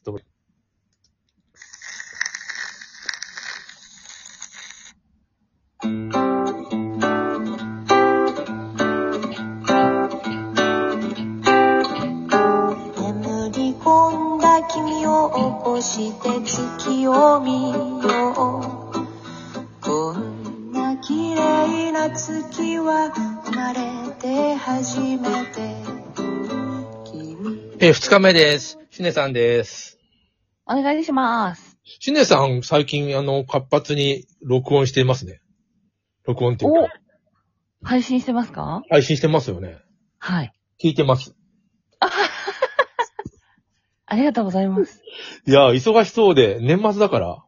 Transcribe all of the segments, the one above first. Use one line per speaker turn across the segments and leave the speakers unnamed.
story
「眠り込んだ君を起こして月を見よう」「こんな綺麗な月は生まれて初めて」「君
えー、二日目です。シュネさんです。
お願いします。
シュネさん、最近、あの、活発に録音していますね。録音っていう
お
か、
配信してますか
配信してますよね。
はい。
聞いてます。
ありがとうございます。
いやー、忙しそうで、年末だから。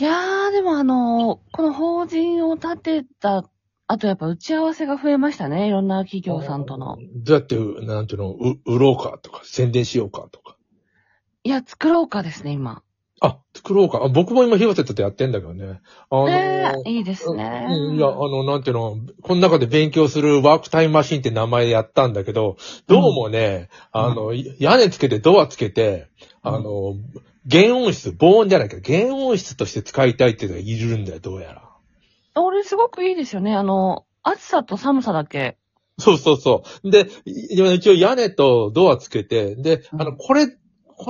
いやー、でもあのーこの法人を立てた、あとやっぱ打ち合わせが増えましたね。いろんな企業さんとの。
どうやって、うなんていうの、う売ろうかとか、宣伝しようかとか。
いや、作ろうかですね、今。
あ、作ろうか。あ僕も今、広瀬とってやってんだけどね。あのー
ねえ、いいですね。
うんいや、あの、なんていうの、この中で勉強するワークタイムマシンって名前でやったんだけど、どうもね、
うん
あの、屋根つけてドアつけて、あの、原音質、防音じゃないけど、原音質として使いたいっていうのがいるんだよ、どうやら。
俺すごくいいですよね。あの、暑さと寒さだけ。
そうそうそう。で、い一応屋根とドアつけて、で、あ
う
の、
ん
これ、こ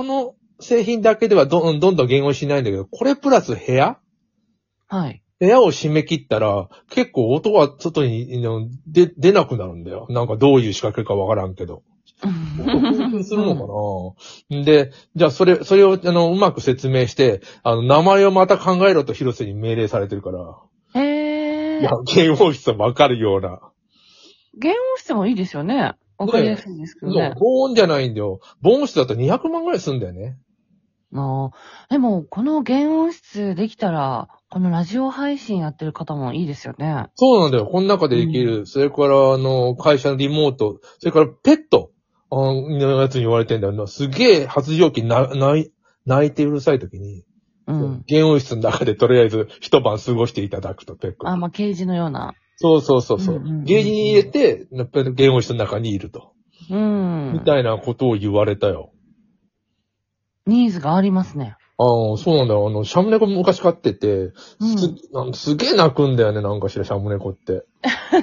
の製品だけではどんどんどん減音しないんだけど、これプラス部屋
はい。
部屋を締め切ったら、結構音が外に、あので、出なくなるんだよ。なんかどういう仕掛けかわからんけど。するのかなで、じゃあそれ、それを、あの、うまく説明して、あの、名前をまた考えろと広瀬に命令されてるから、
え
いや
ー、、
検音室はわかるような。
原音質もいいですよね。わかりやすいんですけど
そう
ね、。
防音じゃないんだよ。防音室だと200万ぐらいすんだよね。
ああ、でも、この原音質できたら、このラジオ配信やってる方もいいですよね。
そうなんだよ。この中でできる。それから、あの、会社のリモート。それから、ペット。あのやつに言われてんだよな。すげえ発情期な、ない、泣いてうるさい時に、
うん。
原音室の中でとりあえず一晩過ごしていただくと、ペット。
あ、まあ、ケージのような。
そうそうそうそう
うんうんうん。
ゲージに入れて、やっぱり原音室の中にいると。
うん。
みたいなことを言われたよ。
ニーズがありますね。
ああ、そうなんだよ。あの、シャムネコ昔飼ってて、
う
す
ん、
なんすげえ泣くんだよね、なんかしら、シャムネコって。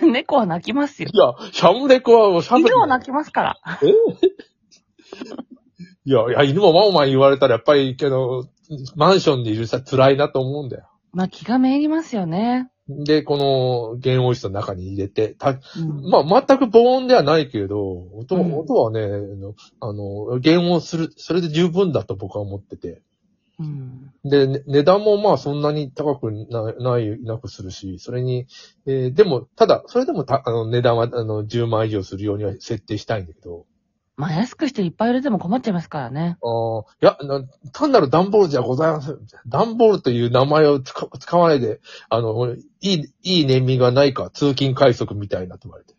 猫は泣きますよ
い。や、シャムネコは、シャムネ
犬
コ
は。泣きますから。
いや、いや、犬もワンワン言われたら、やっぱり、けど、マンションにいるさ、辛いなと思うんだよ。
まあ、気がめいりますよね。
で、この、原音室の中に入れて、た
うん。
まあ、全く防音ではないけれど、音、
うん
音はね、あの、原音する、それで十分だと僕は思ってて。
うん、
で、ね値段もまあそんなに高くなない、なくするし、それに、えーでも、ただ、それでもたあの値段はあの10万以上するようには設定したいんだけど、
まあ、安くしていっぱい入れても困っちゃいますからね。
ああ、いやな、単なる段ボールじゃございません。段ボールという名前を使使わないで、あの、いい、いいネーミングがないか、通勤快速みたいなと言われて。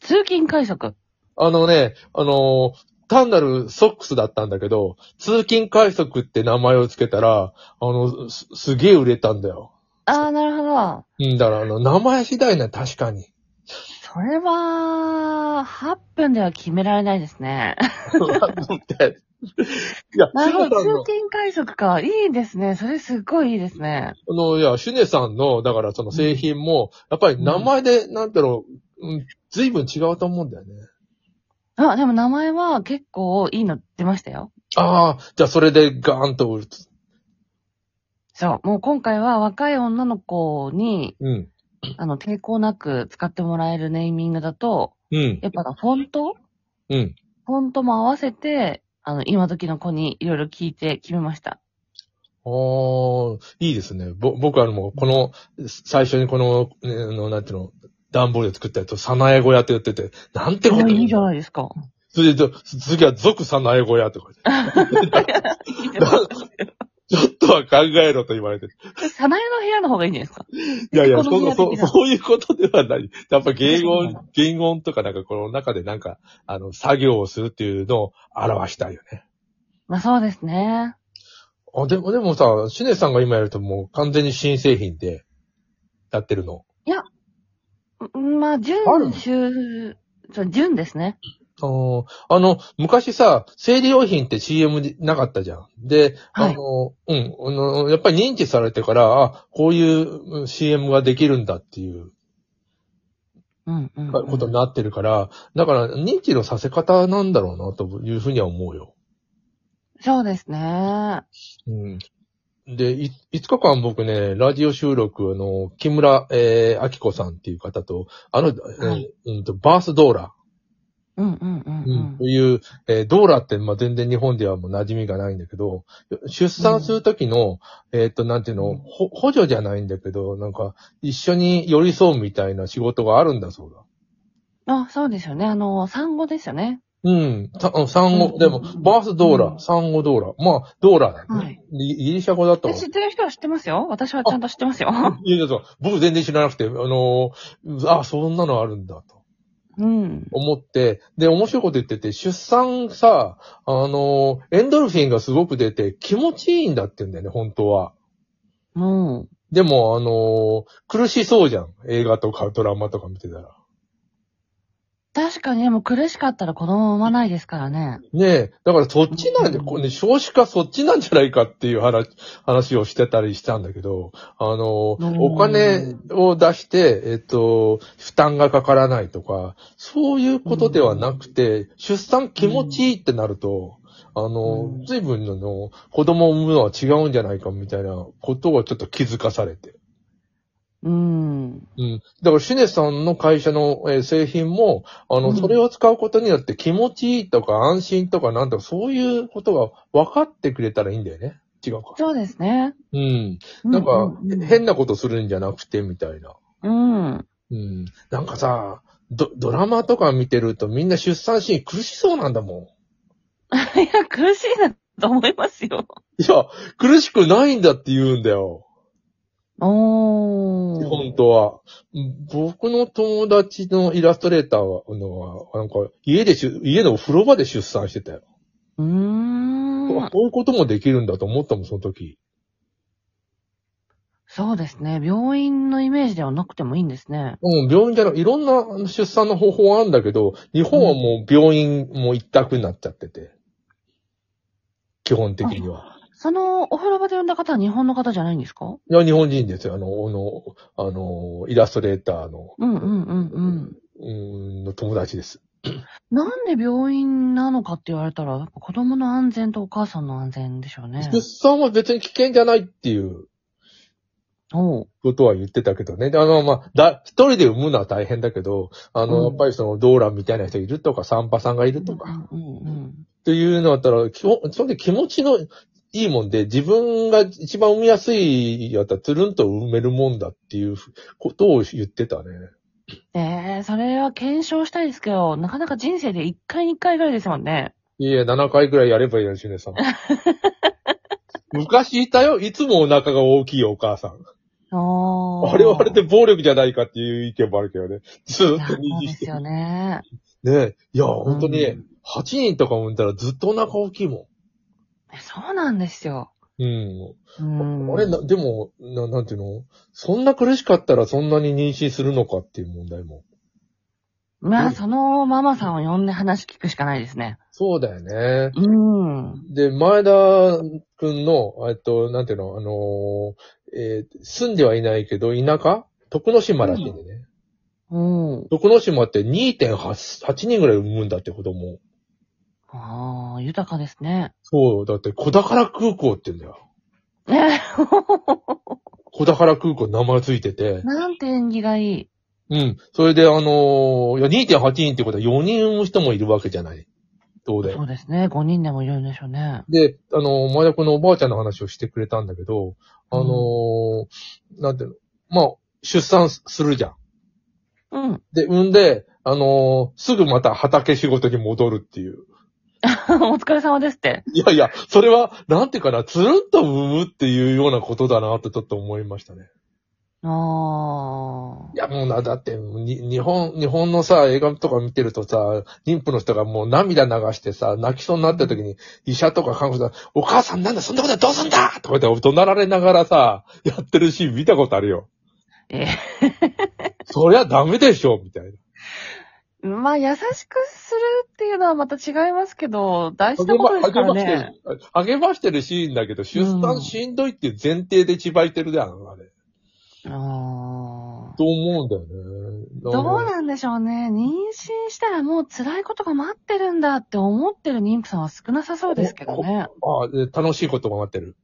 通勤快速。
あのね、あの単なるソックスだったんだけど、通勤快速って名前をつけたら、あの、すすげえ売れたんだよ。
ああ、なるほど。
うん、だから、あの、名前次第な、確かに。
それは、8分では決めら れないですね。
いや、
な
シ
る
ュ
ほ
ネ
ど。
さん
通
の、
勤快速か。いいですね。それすっごいいいですね。
あの、いや、シュネさんの、だからその製品も、やっぱり名前で、なんだろう、うん、随分違うと思うんだよね。
あ、でも名前は結構いいの出ましたよ。
ああ、じゃあそれでガーンと売る。
そう。もう今回は若い女の子に、
うん。
あの、抵抗なく使ってもらえるネーミングだと、
うん。
やっぱフォント
うん。
フォントも合わせて、あの、今時の子にいろいろ聞いて決めました。
ああ、いいですね。ぼ、僕はもう、この、最初にこの、ね、あの、なんていうの、段ボールで作ったやつを、サナエ小屋って言ってて、なんて
で
こと
もいいじゃ
ん。
ないですか。
それで、次は、続サナエ小屋って書いてある。 ちょっとは考えろと言われてる
サナエの部屋の方がいいんじゃないですか。
いやいや、
こ
そ
の
う
部屋
そう、
的な
そういうことではない。やっぱ言
そうな
語、言語とかなんかこの中でなんか、あの、作業をするっていうのを表したいよね。
まあそうですね。
あ、でも、でもさ、シュネさんが今やるともう完全に新製品で、やってるの。
うんまあ、
あるの
準、修、そう、準ですね。
うんあの、昔さ、生理用品って CM でなかったじゃん。で、
は
あ
い
の、うん、あの、やっぱり認知されてから、あ、こういううん CM ができるんだっていう
うんうん、う
ことに
ん。
なってるから、だから認知のさせ方なんだろうな、というふうには思うよ。
そうですね。
うん。で、い5日間僕ね、ラジオ収録の、木村、えー、明子さんっていう方と、あの、えー
はい
うんと、バースドーラ。
うんうんうんう
うん
ん
と。いう、えードーラって、まあ、全然日本ではもう馴染みがないんだけど、出産するときの、えーっと、なんていうの、ほ補助じゃないんだけど、なんか、一緒に寄り添うみたいな仕事があるんだそうだ。
あ、そうですよね。あの、産後ですよね。
うん。たあ産後、でも、バースドー
う
ラ、
ん
産後ドーラ。まあ、ドーラだね、
はい
ギギリシャ語だった
え
わ。
知ってる人は知ってますよ。私はちゃんと知ってますよ。
いやいやそう僕全然知らなくて、あのーあ、そんなのあるんだと。
うん。
思って、で、面白いこと言ってて、出産さ、あの、エンドルフィンがすごく出て気持ちいいんだって言うんだよね、本当は。
も
でも、あの、苦しそうじゃん。映画とかドラマとか見てたら。
う、確かにでも苦しかったら子供産まないですからね。
ねえ、だからそっちなんで、
うん
これね、少子化そっちなんじゃないかっていう話、話をしてたりしたんだけど、あの、
うん
お金を出して、えっと、負担がかからないとか、そういうことではなくて、出産気持ちいいってなると、あの
う、ん
随分のの子供を産むのは違うんじゃないかみたいなことをちょっと気づかされて。
うん。
うん。だから、シネさんの会社の、えー製品も、あの、
うん
それを使うことによって気持ちいいとか安心とかなんとか、そういうことが分かってくれたらいいんだよね。違うか。
そうですね。
うん。なんか、
うんうんうん
変なことするんじゃなくて、みたいな。
うん。
うん。なんかさ、ド、ドラマとか見てるとみんな出産シーン苦しそうなんだも
いや、苦しいなと思いますよ。
ん。いや、苦しくないんだって言うんだよ。
おー。
本当は。僕の友達のイラストレーターは、あの、なんか、家でしゅ、家のお風呂場で出産してたよ。
うーん
こ。ういうこともできるんだと思ったもん、その時。
そうですね。病院のイメージではなくてもいいんですね。
うん、病院じゃない、いろんなあの出産の方法はあるんだけど、日本はもう病院も一択になっちゃってて。基本的には。
その、お風呂場で呼んだ方は日本の方じゃないんですか
いや、日本人ですよ。あの、あの、あのイラストレーターの、
うんうんうんうん。
うん、の友達です。
なんで病院なのかって言われたら、やっぱ子供の安全とお母さんの安全でしょうね
出。産は別に危険じゃないっていう
おう。
ことは言ってたけどね。であの、まあ、だ、一人で産むのは大変だけど、あの、
うん
やっぱりその、ドーラみたいな人いるとか、サンパさんがいるとか、
うんうん
っていうのだったら、基本、それで気持ちのいいもんで、自分が一番産みやすいやったら、つるんと産めるもんだっていうことを言ってたね。
うん。えー、それは検証したいですけど、なかなか人生で一回に一回ぐらいですもんね。
いや、7回くらいやればいいのに、しねさん。昔いたよ。いつもお腹が大きいお母さん。
おー。
あれはあれで暴力じゃないかっていう意見もあるけどね。ずっ
いや
と
そう
妊娠
で
し
す
て
よね。
ねいや、本当にね
うん、
8人とか産んだらずっとお腹大きいも
そうなんですよ。
ん。うん。
うん。
あれな、でもな、なんていうのそんな苦しかったらそんなに妊娠するのかっていう問題も。
まあ、そのママさんを呼んで話聞くしかないですね。
そうだよね。
うん。
で、前田くんの、えっと、なんていうの、あのーえー住んではいないけど、田舎徳之島らしいんだよね。
うん。
徳之島って2.8 8人ぐらい産むんだって子供。
ああ、豊かです ね。
そう、だって小宝空港って言うんだよ。
ね
小宝空港名前ついてて。
なんて縁起がいい。
うん。それで、あのーいや、2.8人ってことは4人産む人もいるわけじゃない。どうだ
そ
よ。
うですね。5人でもいるんでしょうね。
で、あのー前田君のおばあちゃんの話をしてくれたんだけど、あのーなんていうの、まあ、出産すするじゃん。
うん。
で、産んで、あのーすぐまた畑仕事に戻るっていう。
お疲れ様ですって。
いやいや、それは、なんていうかな、つるんと産むっていうようなことだなってちょっと思いましたね。
あ
いや、もうな、だって、に日本、日本のさ、映画とか見てるとさ、妊婦の人がもう涙流してさ、泣きそうになった時に、医者とか看護師さん、お母さんなんだ、そんなことはどうすんだとか言って怒鳴られながらさ、やってるシーン見 たことあるよ。
ええ
そりゃダメでしょみたいな。
まあ、優しくするっていうのはまた違いますけど、大事なことですから
あ
ね。
げましてる、あげましてるシーンだけど、出産しんどいっていう前提でちばいてるで、あの、あれ。
あー
と思うんだよね。だから
どうなんでしょうね。妊娠したらもう辛いことが待ってるんだって思ってる妊婦さんは少なさそうですけどね。
あで楽しいことが待ってる。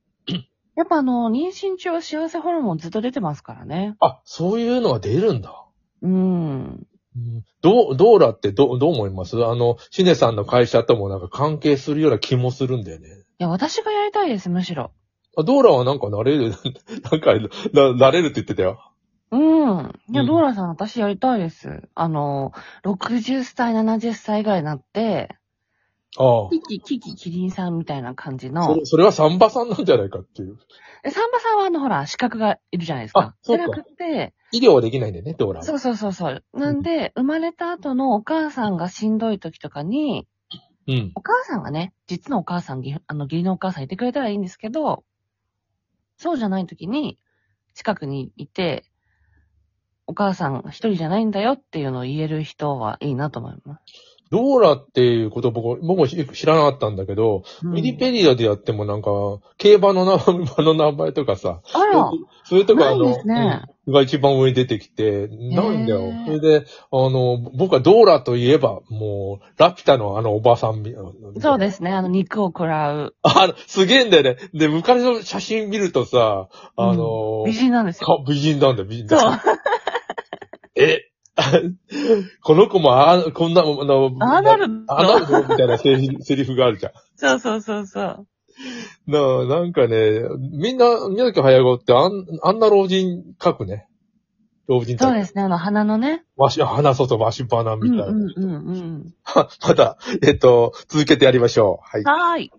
やっぱあの、妊娠中は幸せホルモンずっと出てますからね。
あ、そういうのは出るんだ。
うん。
うんどう、ドーラってど、どう思いますあの、シネさんの会社ともなんか関係するような気もするんだよね。
いや、私がやりたいです、むしろ。
あドーラはなんか慣れる、 なんか、な、慣れるって言ってたよ。
うん。いや、
うん
ドーラさん、私やりたいです。あの、60歳、70歳ぐらいになって、
あ
キキ、キキ、キリンさんみたいな感じ
あ。
の
そ。れそれはサンバさんなんじゃないかっていう。
え、サンバさんはあの、ほら、資格がいるじゃないですか。
あそうか
じゃなくて、
医療はできないんだよね、ドーラは。
そうそうそうそう。なんで、生まれた後のお母さんがしんどい時とかに、
うん。
お母さんがね、実のお母さん、ぎあの、義理のお母さんいてくれたらいいんですけど、そうじゃない時に、近くにいて、お母さん一人じゃないんだよっていうのを言える人はいいなと思います。
ドーラっていうこと僕、僕も知知らなかったんだけど、ウィキペディアでやってもなんか、競馬の名馬の名前とかさ、
あら、
それとかあ
ない
の、
ですね
うんが一番上に出てきて、ないんだよ
へ。ー
それで、あの、僕はドーラといえば、もう、ラピュタのあのおばさんみたいな。。
そうですすね。あの、肉を食らう。
あの、すげえんだよね。で、昔の写真見るとさ、あの、
美人なんですよ。
か美人なんだよ、美人
そう。
だ。え この子もああ、こんな、あの、
ああなるの
ああなるのみたいなセリフ セリフがあるじゃん。
そうそうそうそう。
なあ、なんかね、みんな、宮崎駿ってあん、あんな老人書くね。老人
そう
たち。
ですね。あの、鼻のね。
わし、花外わし花
う
み
ん
たいな。
うんうんうん。
また、えっと、続けてやりましょう。はい。
はーい。